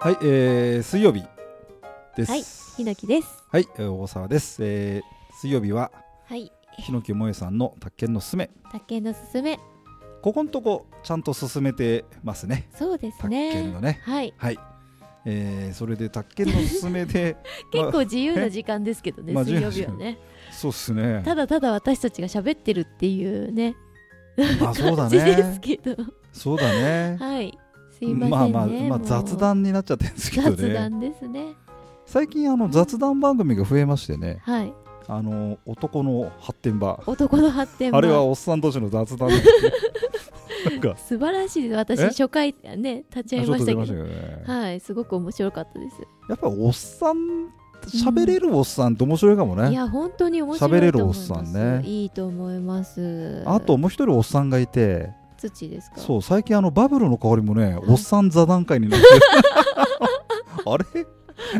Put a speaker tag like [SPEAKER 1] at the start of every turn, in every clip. [SPEAKER 1] はい、えー、水曜日です。
[SPEAKER 2] はいひのきです。
[SPEAKER 1] はい、えー大沢です。えー、水曜日は
[SPEAKER 2] はい。
[SPEAKER 1] 日野木萌さんの宅建のすすめ。
[SPEAKER 2] 宅建のすすめ。
[SPEAKER 1] ここんとこちゃんと進めてますね。
[SPEAKER 2] そうです
[SPEAKER 1] 宅
[SPEAKER 2] ね。
[SPEAKER 1] 建のね。
[SPEAKER 2] はい。
[SPEAKER 1] はい。えー、それで宅建のすすめ で
[SPEAKER 2] 結構自由な時間ですけどね、
[SPEAKER 1] まあ
[SPEAKER 2] 水曜日はね。
[SPEAKER 1] そうっすね。
[SPEAKER 2] ただただ私たちが喋ってるっていうね。
[SPEAKER 1] まあそうだ
[SPEAKER 2] 感じです
[SPEAKER 1] ね。
[SPEAKER 2] けど。
[SPEAKER 1] そうだね。
[SPEAKER 2] はい。すいませんね。
[SPEAKER 1] まあまあまあ
[SPEAKER 2] もう
[SPEAKER 1] 雑。談になっちゃってるんですけど
[SPEAKER 2] 雑
[SPEAKER 1] ね。
[SPEAKER 2] 談ですね。
[SPEAKER 1] 最近あの雑談番組が増えましてね。
[SPEAKER 2] はい。
[SPEAKER 1] あの男の発展場。
[SPEAKER 2] 男の発展
[SPEAKER 1] あれは
[SPEAKER 2] は
[SPEAKER 1] おっさん同士の雑談 ですねなんか
[SPEAKER 2] 素晴らしいです。私
[SPEAKER 1] え
[SPEAKER 2] 初回ね立ち
[SPEAKER 1] あ
[SPEAKER 2] 会い
[SPEAKER 1] ちょ
[SPEAKER 2] ま
[SPEAKER 1] っと
[SPEAKER 2] した
[SPEAKER 1] 出
[SPEAKER 2] け
[SPEAKER 1] ました
[SPEAKER 2] ど。
[SPEAKER 1] けどね、
[SPEAKER 2] はい。すごく面白かったです。
[SPEAKER 1] やっぱおっさん喋れるおっさんって面白いかも
[SPEAKER 2] い
[SPEAKER 1] ね、
[SPEAKER 2] や本当に面白
[SPEAKER 1] 喋れ
[SPEAKER 2] いと
[SPEAKER 1] るおっ
[SPEAKER 2] 思います。
[SPEAKER 1] さんね
[SPEAKER 2] いいと思います。
[SPEAKER 1] あともう一人おっさんがいて
[SPEAKER 2] 土ですか。
[SPEAKER 1] そう最近あのバブルの香りもね、おっさん座談会に なってあれ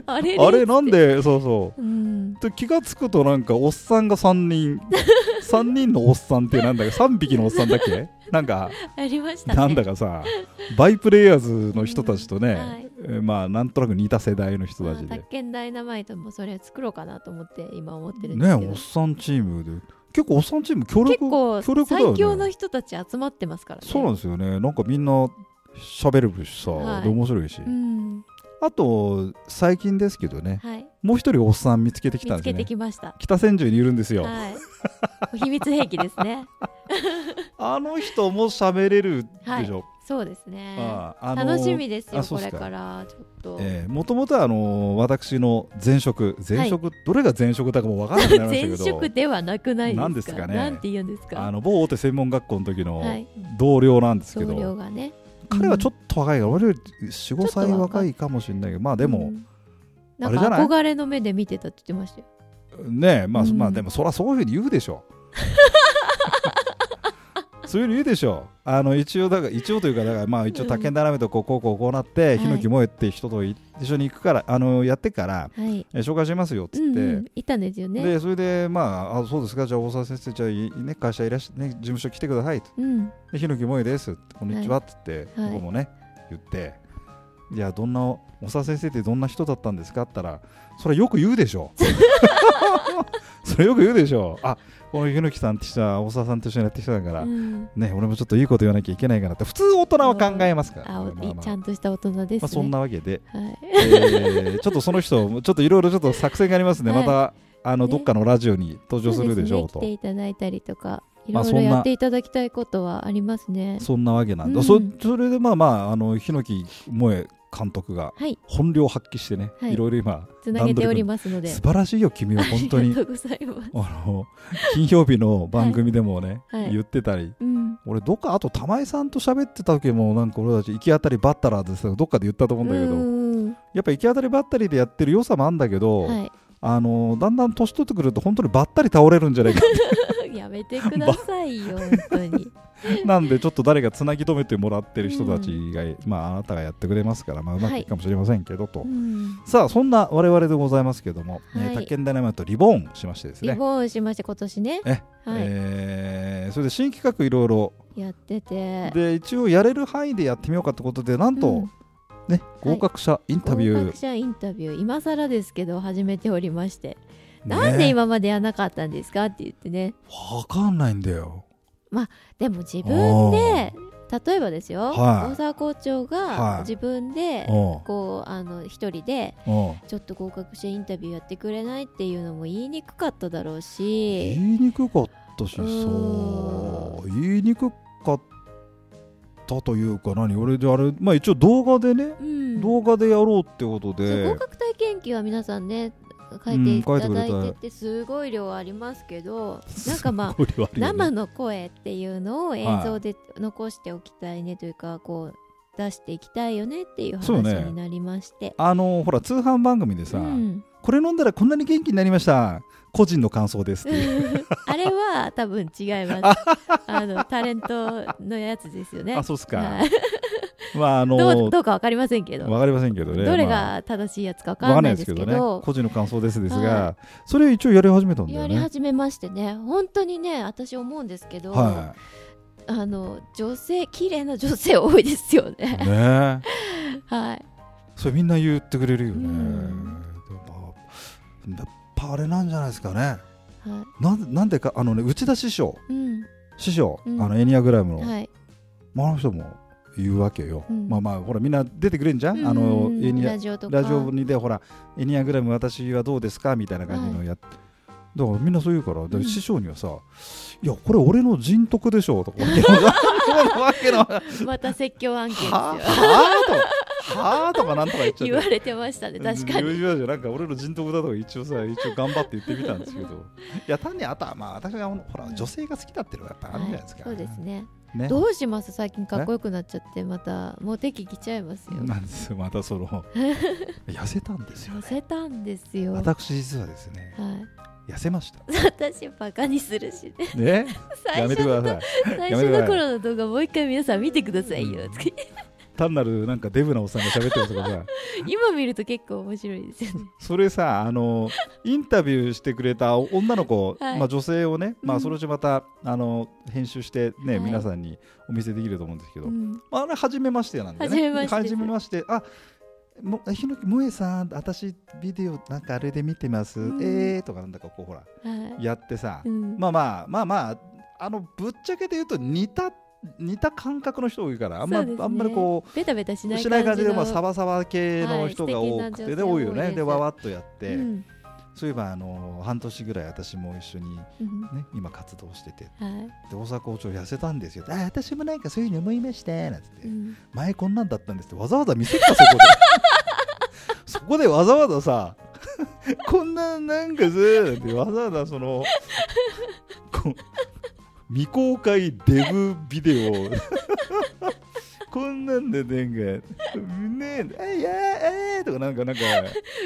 [SPEAKER 2] あれ
[SPEAKER 1] あれなん。でそうそう
[SPEAKER 2] うん。
[SPEAKER 1] で気がつくとなんかおっさんが3人 3人のおっさんってなんだか3匹のおっさんだっけなん か
[SPEAKER 2] ありましたね。
[SPEAKER 1] なんだかさバイプレイヤーズの人たちとね、
[SPEAKER 2] うんはい
[SPEAKER 1] えーまあなんとなく似た世代の人た
[SPEAKER 2] まあ
[SPEAKER 1] ちで
[SPEAKER 2] 宅建ダイナマイトもそれ作ろうかなと思って今思ってるんで
[SPEAKER 1] ね
[SPEAKER 2] すけど、
[SPEAKER 1] おっさんチームで結構おっさんチーム協
[SPEAKER 2] 結
[SPEAKER 1] 力
[SPEAKER 2] 構
[SPEAKER 1] 協力だよね
[SPEAKER 2] 最強の人たち集まってますからね
[SPEAKER 1] そうなんですよねなんかみんな喋れるしさ、
[SPEAKER 2] はい
[SPEAKER 1] で面白いし、
[SPEAKER 2] うん
[SPEAKER 1] あと最近ですけどね
[SPEAKER 2] はい
[SPEAKER 1] もう一人おっさん見つけてきた
[SPEAKER 2] 見
[SPEAKER 1] ん
[SPEAKER 2] つ
[SPEAKER 1] です
[SPEAKER 2] けて
[SPEAKER 1] ね
[SPEAKER 2] きました
[SPEAKER 1] 北千住にいるんですよ、
[SPEAKER 2] はい秘密兵器です ね
[SPEAKER 1] あの人も喋れるでしょ、
[SPEAKER 2] そうですね
[SPEAKER 1] あああの
[SPEAKER 2] 楽しみですよ
[SPEAKER 1] あそう
[SPEAKER 2] こ
[SPEAKER 1] っす
[SPEAKER 2] れ
[SPEAKER 1] か
[SPEAKER 2] からちょっと、
[SPEAKER 1] えもともとはあのー私の前職前職、どれが前職だかもう分からなくなりましたけ
[SPEAKER 2] 前
[SPEAKER 1] ど
[SPEAKER 2] 職ではなくないですか
[SPEAKER 1] なんですかね
[SPEAKER 2] なんて言うんですか
[SPEAKER 1] あの某大手専門学校の時
[SPEAKER 2] は
[SPEAKER 1] の
[SPEAKER 2] い
[SPEAKER 1] 同僚なんですけど、
[SPEAKER 2] 同僚がね
[SPEAKER 1] 彼はちょ
[SPEAKER 2] っ
[SPEAKER 1] っと若いから、俺より45
[SPEAKER 2] ちょっ
[SPEAKER 1] 歳
[SPEAKER 2] と若い
[SPEAKER 1] 若いかもしれないけどまあでも、
[SPEAKER 2] な
[SPEAKER 1] あ
[SPEAKER 2] ん
[SPEAKER 1] れ
[SPEAKER 2] か
[SPEAKER 1] じゃない
[SPEAKER 2] 憧れの目で見てたって言ってましたよ
[SPEAKER 1] ねえまあ、
[SPEAKER 2] うん
[SPEAKER 1] まあでもそりゃそういうふうに言うでしょ そういうふうに言うでしょあの一応だから一応というかだからまあ一応
[SPEAKER 2] うん
[SPEAKER 1] 他県並べとこうこうこうこうなって、
[SPEAKER 2] い
[SPEAKER 1] ヒノキ萌えって人とい一緒に行くからあのやってから、
[SPEAKER 2] はい
[SPEAKER 1] え紹介しますよっつって、
[SPEAKER 2] うんうんいたんですよね
[SPEAKER 1] でそれでまああそうですかじゃあ大沢先生じゃあいね会社いらっしゃね事務所来てくださいと
[SPEAKER 2] うん
[SPEAKER 1] でヒノキ萌えですこんにちはっつって、
[SPEAKER 2] はい
[SPEAKER 1] 僕もね言っていやどんな大沢先生ってどんな人だったんですかって言ったらそれよく言うで しょそれよく言うでしょあこのヒノキさんって人は大沢さんと一緒にやってきたから、
[SPEAKER 2] うん
[SPEAKER 1] ね俺もちょっといいこと言わなきゃいけないかなって普通大人は考えますから、
[SPEAKER 2] あ、お
[SPEAKER 1] まあまあ
[SPEAKER 2] いちゃんとした大人ですね。
[SPEAKER 1] まあ、そんなわけ で、
[SPEAKER 2] はい。
[SPEAKER 1] えーちょっとその人ちょっといろいろちょっと作戦がありますね、
[SPEAKER 2] は
[SPEAKER 1] ま
[SPEAKER 2] い
[SPEAKER 1] たあの、
[SPEAKER 2] ね
[SPEAKER 1] どっかのラジオに登場するでしょうと
[SPEAKER 2] そですね来ていただいたりとか、い
[SPEAKER 1] ま
[SPEAKER 2] ろ
[SPEAKER 1] あ
[SPEAKER 2] い
[SPEAKER 1] そ
[SPEAKER 2] ろ
[SPEAKER 1] んな
[SPEAKER 2] やっていただきたいことはありますね。
[SPEAKER 1] そんなわけなんだ、
[SPEAKER 2] うん
[SPEAKER 1] そそれでまあまああの檜萌え監督が
[SPEAKER 2] はい
[SPEAKER 1] 本領発揮してね、
[SPEAKER 2] はい
[SPEAKER 1] い、ろいろ今
[SPEAKER 2] つなげておりますので。
[SPEAKER 1] 素晴らしいよ君は 本当
[SPEAKER 2] あり
[SPEAKER 1] に
[SPEAKER 2] がとうございます。
[SPEAKER 1] あの金曜日の番組でもね、
[SPEAKER 2] はいはい
[SPEAKER 1] 言ってたり
[SPEAKER 2] うん。
[SPEAKER 1] 俺どっかあと玉井さんと喋ってた時もなんか俺たち行き当たりばったらですどっかで言ったと思うんだけど、
[SPEAKER 2] うん
[SPEAKER 1] やっぱ行き当たりばったりでやってる良さもあるんだけど、
[SPEAKER 2] は
[SPEAKER 1] あのだんだん年取ってくると本当にばったり倒れるんじゃないか
[SPEAKER 2] い。 やめてくださいよ、本当 に。
[SPEAKER 1] なんでちょっと誰かつなぎ止めてもらってる人たちが、まああなたがやってくれますから、まあ、うまくいくかもしれませんけどと、
[SPEAKER 2] うん
[SPEAKER 1] さあそんな我々でございますけども、えー
[SPEAKER 2] はい
[SPEAKER 1] 宅建ダイナマイトリボーンしましてです
[SPEAKER 2] リ
[SPEAKER 1] ね、
[SPEAKER 2] ボンしまして、今年ね。
[SPEAKER 1] え
[SPEAKER 2] は
[SPEAKER 1] えーそれで新企画いろいろ
[SPEAKER 2] い。やってて。
[SPEAKER 1] で一応やれる範囲でやってみようかってことでなんと、
[SPEAKER 2] うん
[SPEAKER 1] ね、
[SPEAKER 2] はい
[SPEAKER 1] 合格者インタビュ
[SPEAKER 2] 合
[SPEAKER 1] ー、
[SPEAKER 2] 格者インタビュー、今更ですけど、始めておりまして。
[SPEAKER 1] ね
[SPEAKER 2] なんで今までやらなかったんですかって言ってね。
[SPEAKER 1] わかんないんだよ
[SPEAKER 2] でも自分で例えばですよ、
[SPEAKER 1] はい
[SPEAKER 2] 大沢校
[SPEAKER 1] は
[SPEAKER 2] 長
[SPEAKER 1] い
[SPEAKER 2] が自分で、
[SPEAKER 1] おう
[SPEAKER 2] こうあの一人で
[SPEAKER 1] おう
[SPEAKER 2] ちょっと合格者インタビューやってくれないっていうのも言いにくかっただろう
[SPEAKER 1] 言い
[SPEAKER 2] し、
[SPEAKER 1] にくかったしさ
[SPEAKER 2] うー
[SPEAKER 1] 言いにくかったというか何俺であれまあ一応動画でね、
[SPEAKER 2] うん、
[SPEAKER 1] 動画でやろうってこと
[SPEAKER 2] そう
[SPEAKER 1] で
[SPEAKER 2] 合格体験記は皆さんね書
[SPEAKER 1] う
[SPEAKER 2] いて
[SPEAKER 1] ん
[SPEAKER 2] いただ
[SPEAKER 1] 書いてくれ
[SPEAKER 2] い
[SPEAKER 1] た
[SPEAKER 2] ててすごい量ありますけどなんかまあ
[SPEAKER 1] すごい悪いよね
[SPEAKER 2] 生の声っていうのを映像で残しておきたいねというか、こう出していきたいよねっていう話
[SPEAKER 1] そうね
[SPEAKER 2] になりまして。
[SPEAKER 1] あのほら通販番組でさ、
[SPEAKER 2] うん
[SPEAKER 1] これ飲んだらこんなに元気になりました個人の感想ですっていう
[SPEAKER 2] あれは多分違います。あのタレントのやつですよね。
[SPEAKER 1] あそうっすか、
[SPEAKER 2] はい
[SPEAKER 1] まああの
[SPEAKER 2] どうどうかわかりませんけど、
[SPEAKER 1] わかりませんけどね
[SPEAKER 2] どれ
[SPEAKER 1] まあ
[SPEAKER 2] が正しいやつかわ
[SPEAKER 1] わ
[SPEAKER 2] か
[SPEAKER 1] かん
[SPEAKER 2] ん
[SPEAKER 1] な
[SPEAKER 2] ないい
[SPEAKER 1] で
[SPEAKER 2] ですす
[SPEAKER 1] け
[SPEAKER 2] け
[SPEAKER 1] どね
[SPEAKER 2] ど、
[SPEAKER 1] 個人の感想ですですが、
[SPEAKER 2] は
[SPEAKER 1] それを一応やり始めたんだよ
[SPEAKER 2] や
[SPEAKER 1] ね
[SPEAKER 2] り始めましてね、本当にね、私思うんですけど、
[SPEAKER 1] は
[SPEAKER 2] あの女性綺麗な女性多いですよ
[SPEAKER 1] い
[SPEAKER 2] ね。
[SPEAKER 1] ねえ
[SPEAKER 2] はい。
[SPEAKER 1] それみんな言ってくれるよね、
[SPEAKER 2] うん
[SPEAKER 1] でもまあやっぱあれなんじゃないですかね
[SPEAKER 2] は
[SPEAKER 1] なんなんでかあのね内田師匠
[SPEAKER 2] い、うん、
[SPEAKER 1] 師匠、
[SPEAKER 2] うん
[SPEAKER 1] あのエニアグラムの、
[SPEAKER 2] はい、
[SPEAKER 1] まあ、あの人も言うわけよ、
[SPEAKER 2] うん
[SPEAKER 1] まあまあほらみんな出てくれんじゃん、
[SPEAKER 2] うん
[SPEAKER 1] あのエニア
[SPEAKER 2] ラジオとか
[SPEAKER 1] ラジオにでほらエニアグラム私はどうですかみたいな感じのやっ、だからみんなそう言うからだから
[SPEAKER 2] うん
[SPEAKER 1] 師匠にはさ、いやこれ俺の人徳でしょとか いやなんのわけのは
[SPEAKER 2] また説教案件ですよ
[SPEAKER 1] あはあとかはあとかなんとか言っちゃって
[SPEAKER 2] 言われてましたね確か
[SPEAKER 1] うん
[SPEAKER 2] に
[SPEAKER 1] 言われてなんか俺の人徳だとか一応さ一応頑張って言ってみたんですけどいや単にあとはまあ私がほら女性が好きだっていうのがやっぱあるんじゃないですか、
[SPEAKER 2] はいそうですね
[SPEAKER 1] ね
[SPEAKER 2] どうします最近かっこよくなっちゃってまたモテ期来ちゃいますよ
[SPEAKER 1] なんですよまた その痩せたんですよ
[SPEAKER 2] 痩せたんですよはい
[SPEAKER 1] 私実はですね痩せました
[SPEAKER 2] 私バカにするしね
[SPEAKER 1] ねや
[SPEAKER 2] 最
[SPEAKER 1] めてく
[SPEAKER 2] 初
[SPEAKER 1] だ
[SPEAKER 2] の
[SPEAKER 1] さい
[SPEAKER 2] 最
[SPEAKER 1] やめ
[SPEAKER 2] 初
[SPEAKER 1] てください
[SPEAKER 2] の頃の動画もう一回皆さん見てくださいよ、
[SPEAKER 1] うん単なるなんかデブなおっさんが喋ってるとか さ
[SPEAKER 2] 今見ると結構面白いですよね
[SPEAKER 1] それさあのインタビューしてくれた女の子、
[SPEAKER 2] はい
[SPEAKER 1] まあ、女性をね、ま
[SPEAKER 2] う
[SPEAKER 1] あ、
[SPEAKER 2] ん
[SPEAKER 1] そのうちまた、あの編集してね、
[SPEAKER 2] はい
[SPEAKER 1] 皆さんにお見せできると思うんですけど、
[SPEAKER 2] うん
[SPEAKER 1] まあ、あれ初めましてなんでね
[SPEAKER 2] 初めましてです
[SPEAKER 1] 初めましてあもひのき萌えさん私ビデオなんかあれで見てます、
[SPEAKER 2] うん
[SPEAKER 1] えーとかなんだかこうほら
[SPEAKER 2] は
[SPEAKER 1] やってさ、
[SPEAKER 2] い、うん
[SPEAKER 1] まあまあまあまああのぶっちゃけて言うと似た似た感覚の人多いからあんま,、
[SPEAKER 2] そうですね
[SPEAKER 1] あんまりこ
[SPEAKER 2] ベタベタし
[SPEAKER 1] う
[SPEAKER 2] ない
[SPEAKER 1] しない感じで、ま
[SPEAKER 2] の
[SPEAKER 1] あ、サバサバ系の人が多
[SPEAKER 2] はい
[SPEAKER 1] く
[SPEAKER 2] 素
[SPEAKER 1] て
[SPEAKER 2] 敵な女性
[SPEAKER 1] ね、
[SPEAKER 2] が
[SPEAKER 1] 多
[SPEAKER 2] 多
[SPEAKER 1] い
[SPEAKER 2] い
[SPEAKER 1] よ
[SPEAKER 2] で
[SPEAKER 1] ね
[SPEAKER 2] す
[SPEAKER 1] でわわっとやって、
[SPEAKER 2] うん
[SPEAKER 1] そういえばあの半年ぐらい私も一緒に、ね、
[SPEAKER 2] うん
[SPEAKER 1] 今活動してて
[SPEAKER 2] は
[SPEAKER 1] で大阪校長痩せたんですよあ私もなんかそういうの思いましたなんつって、
[SPEAKER 2] い、うん
[SPEAKER 1] 前こんなんだったんですってわざわざ見せっかそこでそこでわざわざさ こんなんなんかずってわざわざそのこ未公開デブビデオ こんなんでなんか「ねえあいやえーとかなんかなんか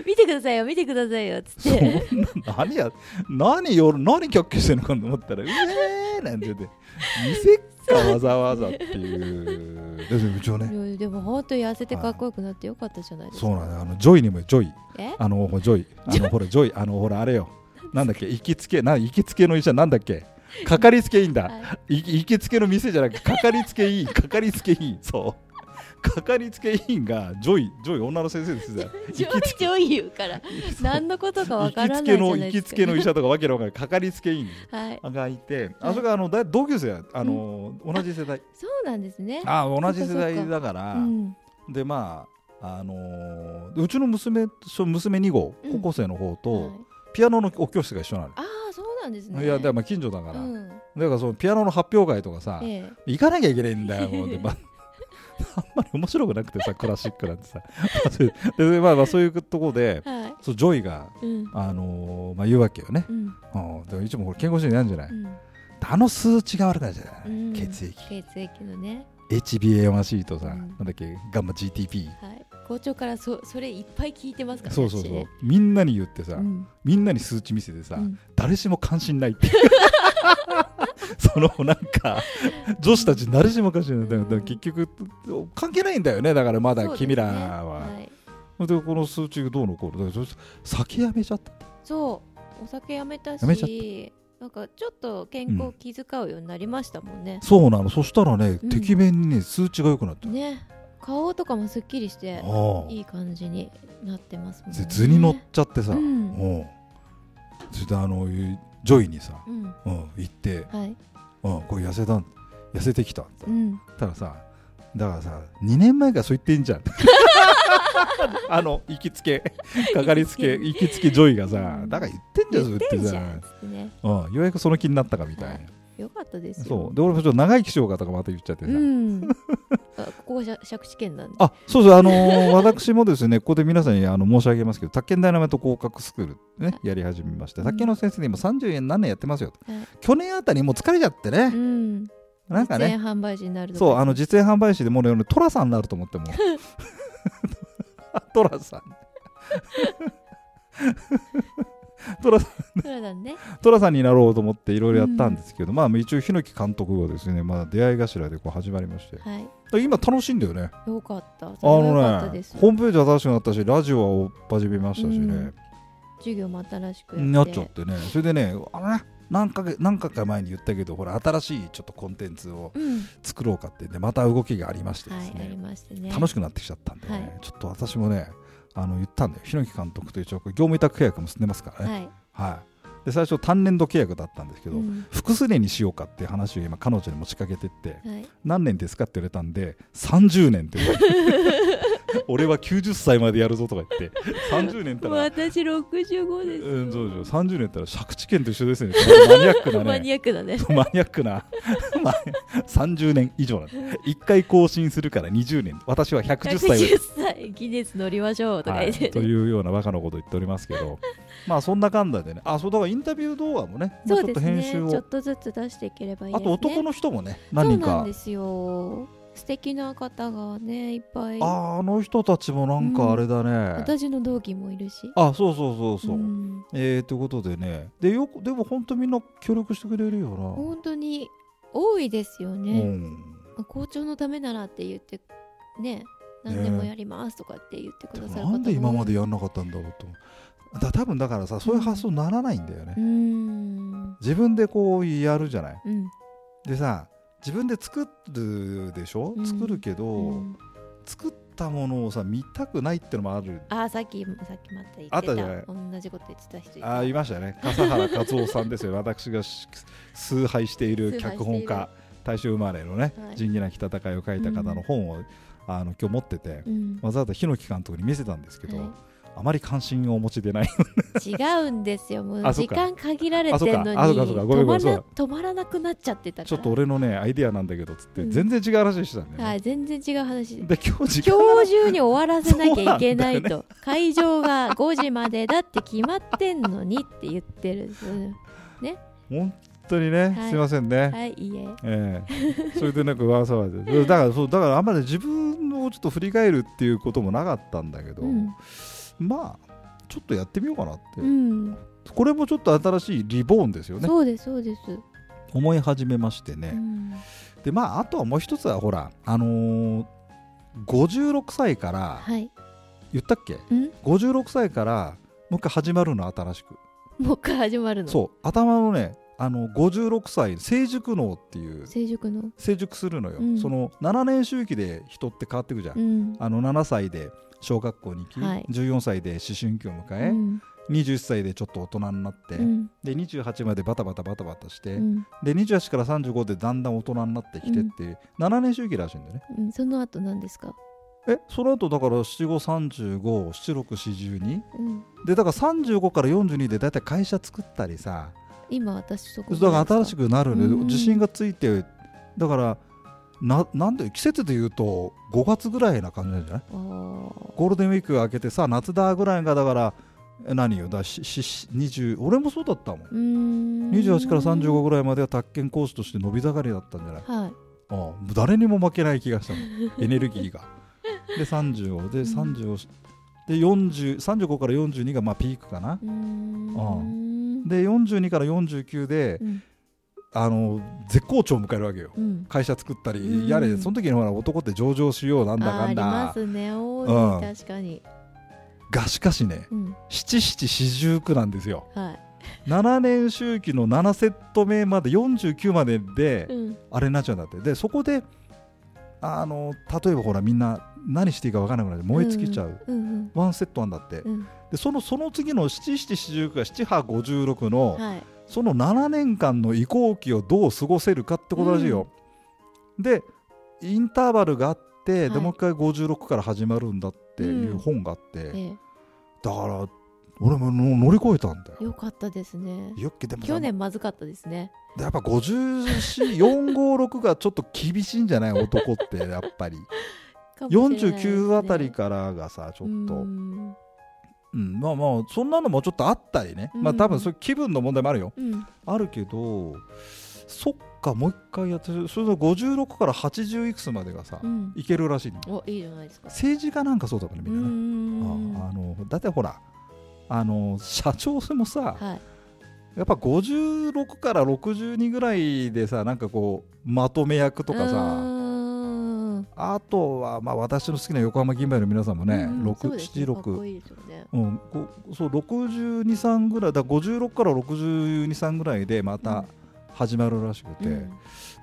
[SPEAKER 2] 見てくださいよ見てくださいよっつ
[SPEAKER 1] そ
[SPEAKER 2] っ
[SPEAKER 1] ん
[SPEAKER 2] て
[SPEAKER 1] な何や何よ何キャッキャしてんのかと思ったら「うえー!」なんて言って見せっかわざわざっていう。でも一応ね
[SPEAKER 2] いやでも本当に痩せてかっこよくなってよかったじゃないですか、
[SPEAKER 1] そうなんだよあのジョイにもジョイ
[SPEAKER 2] え
[SPEAKER 1] あのジョイあのほらジョイあのほらあれよなんだっけ行きつけな行きつけの医者なんだっけかかりつけいいんだ
[SPEAKER 2] はい
[SPEAKER 1] 行きつけの店じゃなくてかかりつけいいかかりつけいいそうかかりつけいいんがジョイジョイ女の先生ですよ
[SPEAKER 2] い、ジョイジョイ言うから何のことかわ
[SPEAKER 1] 行
[SPEAKER 2] か
[SPEAKER 1] き
[SPEAKER 2] らな
[SPEAKER 1] つ
[SPEAKER 2] い
[SPEAKER 1] け
[SPEAKER 2] じゃな
[SPEAKER 1] の
[SPEAKER 2] い
[SPEAKER 1] 行
[SPEAKER 2] で
[SPEAKER 1] き
[SPEAKER 2] す
[SPEAKER 1] つ
[SPEAKER 2] か
[SPEAKER 1] けの医者とかわけのわからないかかりつけいいん
[SPEAKER 2] はい
[SPEAKER 1] がいてあそれがあのだ同級生あの同じ世代
[SPEAKER 2] そうなんですね
[SPEAKER 1] あ同じ世代だから
[SPEAKER 2] うん
[SPEAKER 1] でまああのーうちの娘そう娘2号、
[SPEAKER 2] うん
[SPEAKER 1] 高校生の方と、
[SPEAKER 2] はい
[SPEAKER 1] ピアノのお教室が一緒なの、
[SPEAKER 2] ああそうなんですね
[SPEAKER 1] いやだからまあ近所だから、
[SPEAKER 2] う
[SPEAKER 1] だ
[SPEAKER 2] ん
[SPEAKER 1] からそのピアノの発表会とかさ、
[SPEAKER 2] ええ
[SPEAKER 1] 行かなきゃいけないんだよもうで、 まあ、あんまり面白くなくてさクラシックなんてさ ででまあまあそういうところで
[SPEAKER 2] は
[SPEAKER 1] そうジョイが、
[SPEAKER 2] いうん
[SPEAKER 1] あのーまあ、言うわけよね、
[SPEAKER 2] うん
[SPEAKER 1] うん、でもいつもこれ健康診断やんじゃない、
[SPEAKER 2] うん
[SPEAKER 1] あの数値が悪くなるじゃない、
[SPEAKER 2] うん
[SPEAKER 1] 血液
[SPEAKER 2] 血液のね
[SPEAKER 1] HbA1c とさ、
[SPEAKER 2] うん
[SPEAKER 1] なんだっけガンマ GTP
[SPEAKER 2] はい校長からそそれいっぱい聞いてますからね
[SPEAKER 1] そうそうそ
[SPEAKER 2] 私
[SPEAKER 1] う
[SPEAKER 2] ね
[SPEAKER 1] みんなに言ってさ、
[SPEAKER 2] うん
[SPEAKER 1] みんなに数値見せてさ、
[SPEAKER 2] うん
[SPEAKER 1] 誰しも関心ないって いうそのなんか女子たち誰しも関心ないだからだから結局関係ないんだよねだからまだ
[SPEAKER 2] そうですね
[SPEAKER 1] 君らは
[SPEAKER 2] はい
[SPEAKER 1] で,、この数値がどうのこうのだからそ酒やめちゃった
[SPEAKER 2] そうお酒やめたし
[SPEAKER 1] やめちゃっ
[SPEAKER 2] なんかちょっと健康気遣うようになりましたもんね、
[SPEAKER 1] そうなのそしたらね、
[SPEAKER 2] うん
[SPEAKER 1] てきめんにね数値が良くなって、
[SPEAKER 2] ね顔とかもすっきりして
[SPEAKER 1] ああ
[SPEAKER 2] いい感じになってますもんね
[SPEAKER 1] で図に乗っちゃってさ、
[SPEAKER 2] うん
[SPEAKER 1] おうそれであのジョイにさ、
[SPEAKER 2] うん
[SPEAKER 1] うん、行って、
[SPEAKER 2] はい
[SPEAKER 1] うん、これ痩せたん痩せてきたって
[SPEAKER 2] うん
[SPEAKER 1] たらさだからさ2年前からそう言ってんじゃん あの行きつ けかかりつけ行きつけジョイがさだから言ってんじゃんそう
[SPEAKER 2] 言
[SPEAKER 1] 言
[SPEAKER 2] ってん
[SPEAKER 1] って
[SPEAKER 2] じ
[SPEAKER 1] さ
[SPEAKER 2] ゃんっつってね
[SPEAKER 1] うん、ようやくその気になったかみたいな、
[SPEAKER 2] はいよかったですよ
[SPEAKER 1] そうで俺もちょっと長生きしようかとかまた言っちゃってさ、
[SPEAKER 2] うんあここがしゃ借地権なんで
[SPEAKER 1] あそうそうあのー 私もですねここで皆さんにあの申し上げますけど宅建ダイナマイト合格スクールねやり始めまして
[SPEAKER 2] うん
[SPEAKER 1] 宅建の先生で今30円何年やってますよ、
[SPEAKER 2] はい
[SPEAKER 1] 去年あたりもう疲れちゃって
[SPEAKER 2] う
[SPEAKER 1] ね、
[SPEAKER 2] ん
[SPEAKER 1] なんかね
[SPEAKER 2] 実演販売士になるとか
[SPEAKER 1] そうあの実演販売士でもうね俺トラさんになると思ってもうトラさんトラ
[SPEAKER 2] そうだね
[SPEAKER 1] トラさんになろうと思っていろいろやったんですけど、まあ一応檜監督がですね、まあ、出会い頭でこう始まりましてだか
[SPEAKER 2] はい
[SPEAKER 1] ら今楽しいんだよね
[SPEAKER 2] よかった
[SPEAKER 1] あ
[SPEAKER 2] それはよかった
[SPEAKER 1] の
[SPEAKER 2] で
[SPEAKER 1] ね
[SPEAKER 2] す
[SPEAKER 1] ホームページ新しくなったしラジオは始めましたしね、
[SPEAKER 2] 授業も新しく
[SPEAKER 1] な
[SPEAKER 2] や
[SPEAKER 1] っ
[SPEAKER 2] って
[SPEAKER 1] ちゃってねそれでねあのね何回何回か前に言ったけどほら新しいちょっとコンテンツを
[SPEAKER 2] うん
[SPEAKER 1] 作ろうかってねまた動きがありまして
[SPEAKER 2] は
[SPEAKER 1] です
[SPEAKER 2] い、あり
[SPEAKER 1] ね、
[SPEAKER 2] ましてね。
[SPEAKER 1] 楽しくなってきちゃったんでね、
[SPEAKER 2] はい
[SPEAKER 1] ちょっと私もねあの言ったんだよ檜監督という業務委託契約結んでますからね、
[SPEAKER 2] はい。
[SPEAKER 1] はいで最初単年度契約だったんですけど、
[SPEAKER 2] うん
[SPEAKER 1] 複数年にしようかっていう話を今彼女に持ちかけてって
[SPEAKER 2] はい。
[SPEAKER 1] 何年ですかって言われたんで30年って言わ れて俺は90歳までやるぞとか言って30年 ったら
[SPEAKER 2] 私六十五です。
[SPEAKER 1] うん、そうそう30年やったら借地権と一緒ですね。マニアックな
[SPEAKER 2] マ
[SPEAKER 1] ね。
[SPEAKER 2] ニアックだ ね。
[SPEAKER 1] マニアックなまあ30年以上なんで1回更新するから20年私は110歳
[SPEAKER 2] 110歳ギネス乗りましょうとか
[SPEAKER 1] は
[SPEAKER 2] 言
[SPEAKER 1] い、
[SPEAKER 2] って、
[SPEAKER 1] というようなバカなこと言っておりますけ どまあそんなかんだでねあそうだからインタビュー動画もねもう
[SPEAKER 2] そ
[SPEAKER 1] ち
[SPEAKER 2] う
[SPEAKER 1] ょっ
[SPEAKER 2] で
[SPEAKER 1] と
[SPEAKER 2] す
[SPEAKER 1] 編
[SPEAKER 2] ね
[SPEAKER 1] 集を、
[SPEAKER 2] ちょっとずつ出していければいいで
[SPEAKER 1] あ
[SPEAKER 2] すね
[SPEAKER 1] と男の人もね
[SPEAKER 2] そ
[SPEAKER 1] 何
[SPEAKER 2] う
[SPEAKER 1] 人
[SPEAKER 2] なん
[SPEAKER 1] か
[SPEAKER 2] ですよ素敵な方がねいっぱい
[SPEAKER 1] あーあの人たちもなんかあれだね、
[SPEAKER 2] 私の同期もいるし
[SPEAKER 1] あそうそうそうそう、
[SPEAKER 2] ん
[SPEAKER 1] えー、ということでねでよくでも本当みんな協力してくれるよな
[SPEAKER 2] 本当に多いですよ
[SPEAKER 1] う
[SPEAKER 2] ね、
[SPEAKER 1] ん
[SPEAKER 2] 校長のためならって言ってね何でもやりますとかって言ってく
[SPEAKER 1] で
[SPEAKER 2] だ
[SPEAKER 1] も
[SPEAKER 2] さる
[SPEAKER 1] なんで今まで
[SPEAKER 2] や
[SPEAKER 1] やんなかったんだろうと思うだ多分だからさそういう発想にならないんだよね、
[SPEAKER 2] うん
[SPEAKER 1] 自分でこうやるじゃない
[SPEAKER 2] うん
[SPEAKER 1] でさ自分で作るでしょ、
[SPEAKER 2] うん
[SPEAKER 1] 作るけど、
[SPEAKER 2] うん
[SPEAKER 1] 作ったものをさ見たくないってのもある
[SPEAKER 2] あーさっきさっきまた言って
[SPEAKER 1] あ
[SPEAKER 2] た
[SPEAKER 1] ったじゃない
[SPEAKER 2] 同じこと言ってた人いた
[SPEAKER 1] あいましたね笠原和夫さん ですよ私がし崇拝している脚本家大正生まれのね
[SPEAKER 2] はい
[SPEAKER 1] 「仁義なき戦い」を書いた方の本を、あの今日持ってて
[SPEAKER 2] うん
[SPEAKER 1] わざわざ檜監督に見せたんですけど、
[SPEAKER 2] はい
[SPEAKER 1] あまり関心をお持ちで ない
[SPEAKER 2] 違うんですよ。もう
[SPEAKER 1] あそっ
[SPEAKER 2] 時
[SPEAKER 1] か
[SPEAKER 2] 間限られてんのに
[SPEAKER 1] あそっかあそっかごめんごめ
[SPEAKER 2] 止ま
[SPEAKER 1] んそう
[SPEAKER 2] ら
[SPEAKER 1] だ
[SPEAKER 2] 止まらなくなっちゃってたから。
[SPEAKER 1] ちょっと俺のねアイディアなんだけどつって、
[SPEAKER 2] うん
[SPEAKER 1] 全然違う話してたんだよね、
[SPEAKER 2] はい全然違う話。
[SPEAKER 1] で今日時間が
[SPEAKER 2] 今日中に終わらせなきゃいけない
[SPEAKER 1] そ
[SPEAKER 2] と、会場が5時までだって決まってんのにって言ってる。うん
[SPEAKER 1] 本当にね、
[SPEAKER 2] はい
[SPEAKER 1] すいませんね、
[SPEAKER 2] はいいいえ。
[SPEAKER 1] ええそれでなんかわざわ ざだからそうだからあんまり自分をちょっと振り返るっていうこともなかったんだけど、
[SPEAKER 2] うん
[SPEAKER 1] まあちょっとやってみようかなって、
[SPEAKER 2] うん
[SPEAKER 1] これもちょっと新しいリボーンですよね
[SPEAKER 2] そうですそうです。
[SPEAKER 1] 思い始めましてね、
[SPEAKER 2] うん
[SPEAKER 1] でまああとはもう一つはほらあのー56歳から
[SPEAKER 2] はい。
[SPEAKER 1] 言ったっけ
[SPEAKER 2] うん
[SPEAKER 1] 56歳からもう一回始まるの新しく
[SPEAKER 2] もう一回始まるの。
[SPEAKER 1] そう頭のねあの56歳成熟脳っていう
[SPEAKER 2] 成熟の。
[SPEAKER 1] 成熟するのよ、
[SPEAKER 2] うん
[SPEAKER 1] その7年周期で人って変わってくじゃん
[SPEAKER 2] うん。
[SPEAKER 1] あの7歳で小学校に行き、
[SPEAKER 2] はい
[SPEAKER 1] 14歳で思春期を迎え、
[SPEAKER 2] うん
[SPEAKER 1] 21歳でちょっと大人になって、
[SPEAKER 2] うん
[SPEAKER 1] で28までバタバタバタバタして、
[SPEAKER 2] うん
[SPEAKER 1] で28から35でだんだん大人になってきてっていう、7年周期らしいんだよね
[SPEAKER 2] うんその後何ですか。
[SPEAKER 1] えその後だから753576442
[SPEAKER 2] うん
[SPEAKER 1] でだから35から42でだいたい会社作ったりさ
[SPEAKER 2] 今私そこ。
[SPEAKER 1] だから新しく
[SPEAKER 2] く。
[SPEAKER 1] なるのよ
[SPEAKER 2] うん
[SPEAKER 1] 自信がついてだからななんで季節で言うと5月ぐらいな感じなんじゃない
[SPEAKER 2] あー
[SPEAKER 1] ゴールデンウィークが明けてさ夏だぐらいがだからえ何よだししし20俺もそうだったもん
[SPEAKER 2] うーん。
[SPEAKER 1] 28から35ぐらいまでは宅建講師として伸び盛りだったんじゃない
[SPEAKER 2] はい。
[SPEAKER 1] ああ誰にも負けない気がしたも んエネルギーがで35で
[SPEAKER 2] ん
[SPEAKER 1] 30をしで40 35から42がまあピークかな
[SPEAKER 2] うーん
[SPEAKER 1] ああで42から49で
[SPEAKER 2] うん
[SPEAKER 1] あの絶好調を迎えるわけよ
[SPEAKER 2] うん
[SPEAKER 1] 会社作ったり、
[SPEAKER 2] うん
[SPEAKER 1] やれその時にほら男って上場しようなんだ
[SPEAKER 2] あー
[SPEAKER 1] か
[SPEAKER 2] あ
[SPEAKER 1] ん
[SPEAKER 2] りま
[SPEAKER 1] だ
[SPEAKER 2] すね多い、
[SPEAKER 1] うん
[SPEAKER 2] 確かに、
[SPEAKER 1] がしかしね
[SPEAKER 2] うん、
[SPEAKER 1] 七七四十九なんですよ
[SPEAKER 2] は
[SPEAKER 1] 7年周期の7セット目まで49までで
[SPEAKER 2] い、うん、
[SPEAKER 1] あれになっちゃうんだってでそこであの例えばほらみんな何していいか分からなくなって燃え尽きちゃう、
[SPEAKER 2] うん
[SPEAKER 1] ワンセットなんだって
[SPEAKER 2] うんうん
[SPEAKER 1] でそのその次の7749が7856の、
[SPEAKER 2] はい
[SPEAKER 1] その7年間の移行期をどう過ごせるかってことらしいよ、でインターバルがあって、
[SPEAKER 2] は
[SPEAKER 1] で
[SPEAKER 2] い
[SPEAKER 1] もう一回56から始まるんだっていう本があって、
[SPEAKER 2] ええ
[SPEAKER 1] だから俺も乗り越えたんだよ
[SPEAKER 2] よかったですね
[SPEAKER 1] よっけでもさ
[SPEAKER 2] 去年まずかったですね
[SPEAKER 1] でやっぱ54456がちょっと厳しいんじゃない 男ってやっぱり
[SPEAKER 2] かもしれないですね
[SPEAKER 1] 49あたりからがさちょっと、
[SPEAKER 2] う
[SPEAKER 1] うん
[SPEAKER 2] ん
[SPEAKER 1] まあまあそんなのもちょっとあったりね、
[SPEAKER 2] うん
[SPEAKER 1] まあ多分そういう気分の問題もあるよ
[SPEAKER 2] うん
[SPEAKER 1] あるけどそっかもう一回やってそれの56から80いくつまでがさ、
[SPEAKER 2] うん
[SPEAKER 1] いけるらしいんだよ
[SPEAKER 2] おいいじゃないですか
[SPEAKER 1] 政治家なんかそうだもんね
[SPEAKER 2] う
[SPEAKER 1] み
[SPEAKER 2] ー
[SPEAKER 1] んなね、
[SPEAKER 2] ん
[SPEAKER 1] ああのだってほらあの社長もさ、
[SPEAKER 2] はい
[SPEAKER 1] やっぱ56から62ぐらいでさなんかこうまとめ役とか
[SPEAKER 2] う
[SPEAKER 1] さ
[SPEAKER 2] ーん
[SPEAKER 1] あとは、まあ、私の好きな横浜銀杯の皆さんもね、
[SPEAKER 2] うん
[SPEAKER 1] 六
[SPEAKER 2] そうです
[SPEAKER 1] 七
[SPEAKER 2] ねかっ
[SPEAKER 1] 六
[SPEAKER 2] こいいですよね。
[SPEAKER 1] うん、こそう62、3ぐらいだ56から62、3ぐらいでまた始まるらしくて、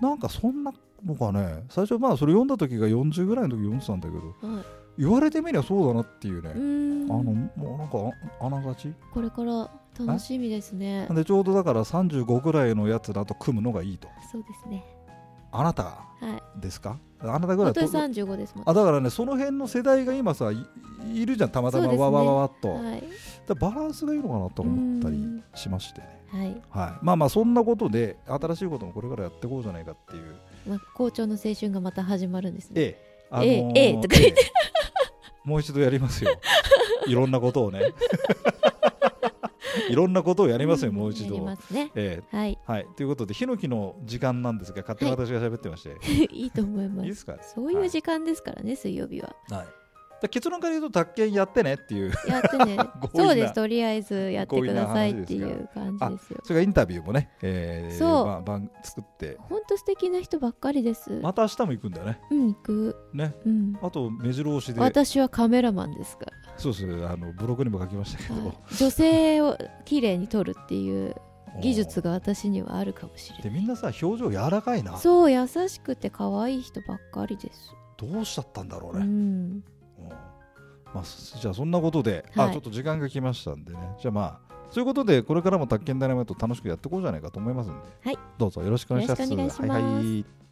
[SPEAKER 1] なんかそんなのがね最初まあそれ読んだ時が40ぐらいの時読んでたんだけど
[SPEAKER 2] うんはい
[SPEAKER 1] 言われてみりゃそうだなっていうね、
[SPEAKER 2] う
[SPEAKER 1] あ
[SPEAKER 2] ん
[SPEAKER 1] のもうなんかああながち
[SPEAKER 2] これから楽しみですね。
[SPEAKER 1] でちょうどだから35ぐらいのやつだと組むのがいいと
[SPEAKER 2] そうですね。
[SPEAKER 1] あなた
[SPEAKER 2] はい。
[SPEAKER 1] ですかあなたぐらい
[SPEAKER 2] 本当
[SPEAKER 1] だと
[SPEAKER 2] に三十五ですもん。
[SPEAKER 1] あだからねその辺の世代が今さいいるじゃんたまたま
[SPEAKER 2] そ
[SPEAKER 1] わ
[SPEAKER 2] うですね
[SPEAKER 1] わわわっと、
[SPEAKER 2] はい。
[SPEAKER 1] だからバランスがいいのかなと思った
[SPEAKER 2] う
[SPEAKER 1] り
[SPEAKER 2] ん
[SPEAKER 1] しましてね
[SPEAKER 2] はい。
[SPEAKER 1] はい、まあまあそんなことで新しいこともこれからやっていこうじゃないかっていう
[SPEAKER 2] まあ校長の青春がまた始まるんですね。
[SPEAKER 1] ええ、あの
[SPEAKER 2] ええええとか言っ
[SPEAKER 1] え
[SPEAKER 2] て
[SPEAKER 1] えもう一度やりますよ いろんなことをねいろんなことをやりますよ、
[SPEAKER 2] ん
[SPEAKER 1] もう一
[SPEAKER 2] やり
[SPEAKER 1] 度、
[SPEAKER 2] ますね。
[SPEAKER 1] え
[SPEAKER 2] はい。
[SPEAKER 1] えはいということでヒノキの時間なんですが勝手に私が喋ってまして、い、
[SPEAKER 2] いいと思いま。
[SPEAKER 1] いですすか
[SPEAKER 2] そういう時間ですからね、水曜日は。
[SPEAKER 1] はいだ結論から言うと宅建やってねっていう
[SPEAKER 2] やって
[SPEAKER 1] 強。引
[SPEAKER 2] ね
[SPEAKER 1] な
[SPEAKER 2] そうです。とりあえずやってくださいっていう感じですよ。
[SPEAKER 1] それからインタビューもね、ええ
[SPEAKER 2] そう
[SPEAKER 1] ば番作って
[SPEAKER 2] 本当素敵な人ばっかりです。
[SPEAKER 1] また明日も行くんだよね
[SPEAKER 2] うん、行く。
[SPEAKER 1] ね
[SPEAKER 2] うん。
[SPEAKER 1] あと目白押しで
[SPEAKER 2] 私はカメラマンですから。
[SPEAKER 1] そうですあのブログにも書きましたけど、
[SPEAKER 2] はい女性を綺麗に撮るっていう技術が私にはあるかもしれな
[SPEAKER 1] で
[SPEAKER 2] い
[SPEAKER 1] みんなさ表情柔らかいな
[SPEAKER 2] そう優しくて可愛い人ばっかりです、
[SPEAKER 1] どうしちゃったんだろう
[SPEAKER 2] う
[SPEAKER 1] ね、
[SPEAKER 2] ん、
[SPEAKER 1] うんまあ、そじゃあそんなことで、
[SPEAKER 2] はい
[SPEAKER 1] あちょっと時間が来ましたんでねじゃあまあそういうことでこれからも「宅建ダイナマイト」楽しくやっていこうじゃないかと思いますんで、
[SPEAKER 2] はい
[SPEAKER 1] どうぞよろしくお願いします
[SPEAKER 2] よろしくお願いします
[SPEAKER 1] はいはい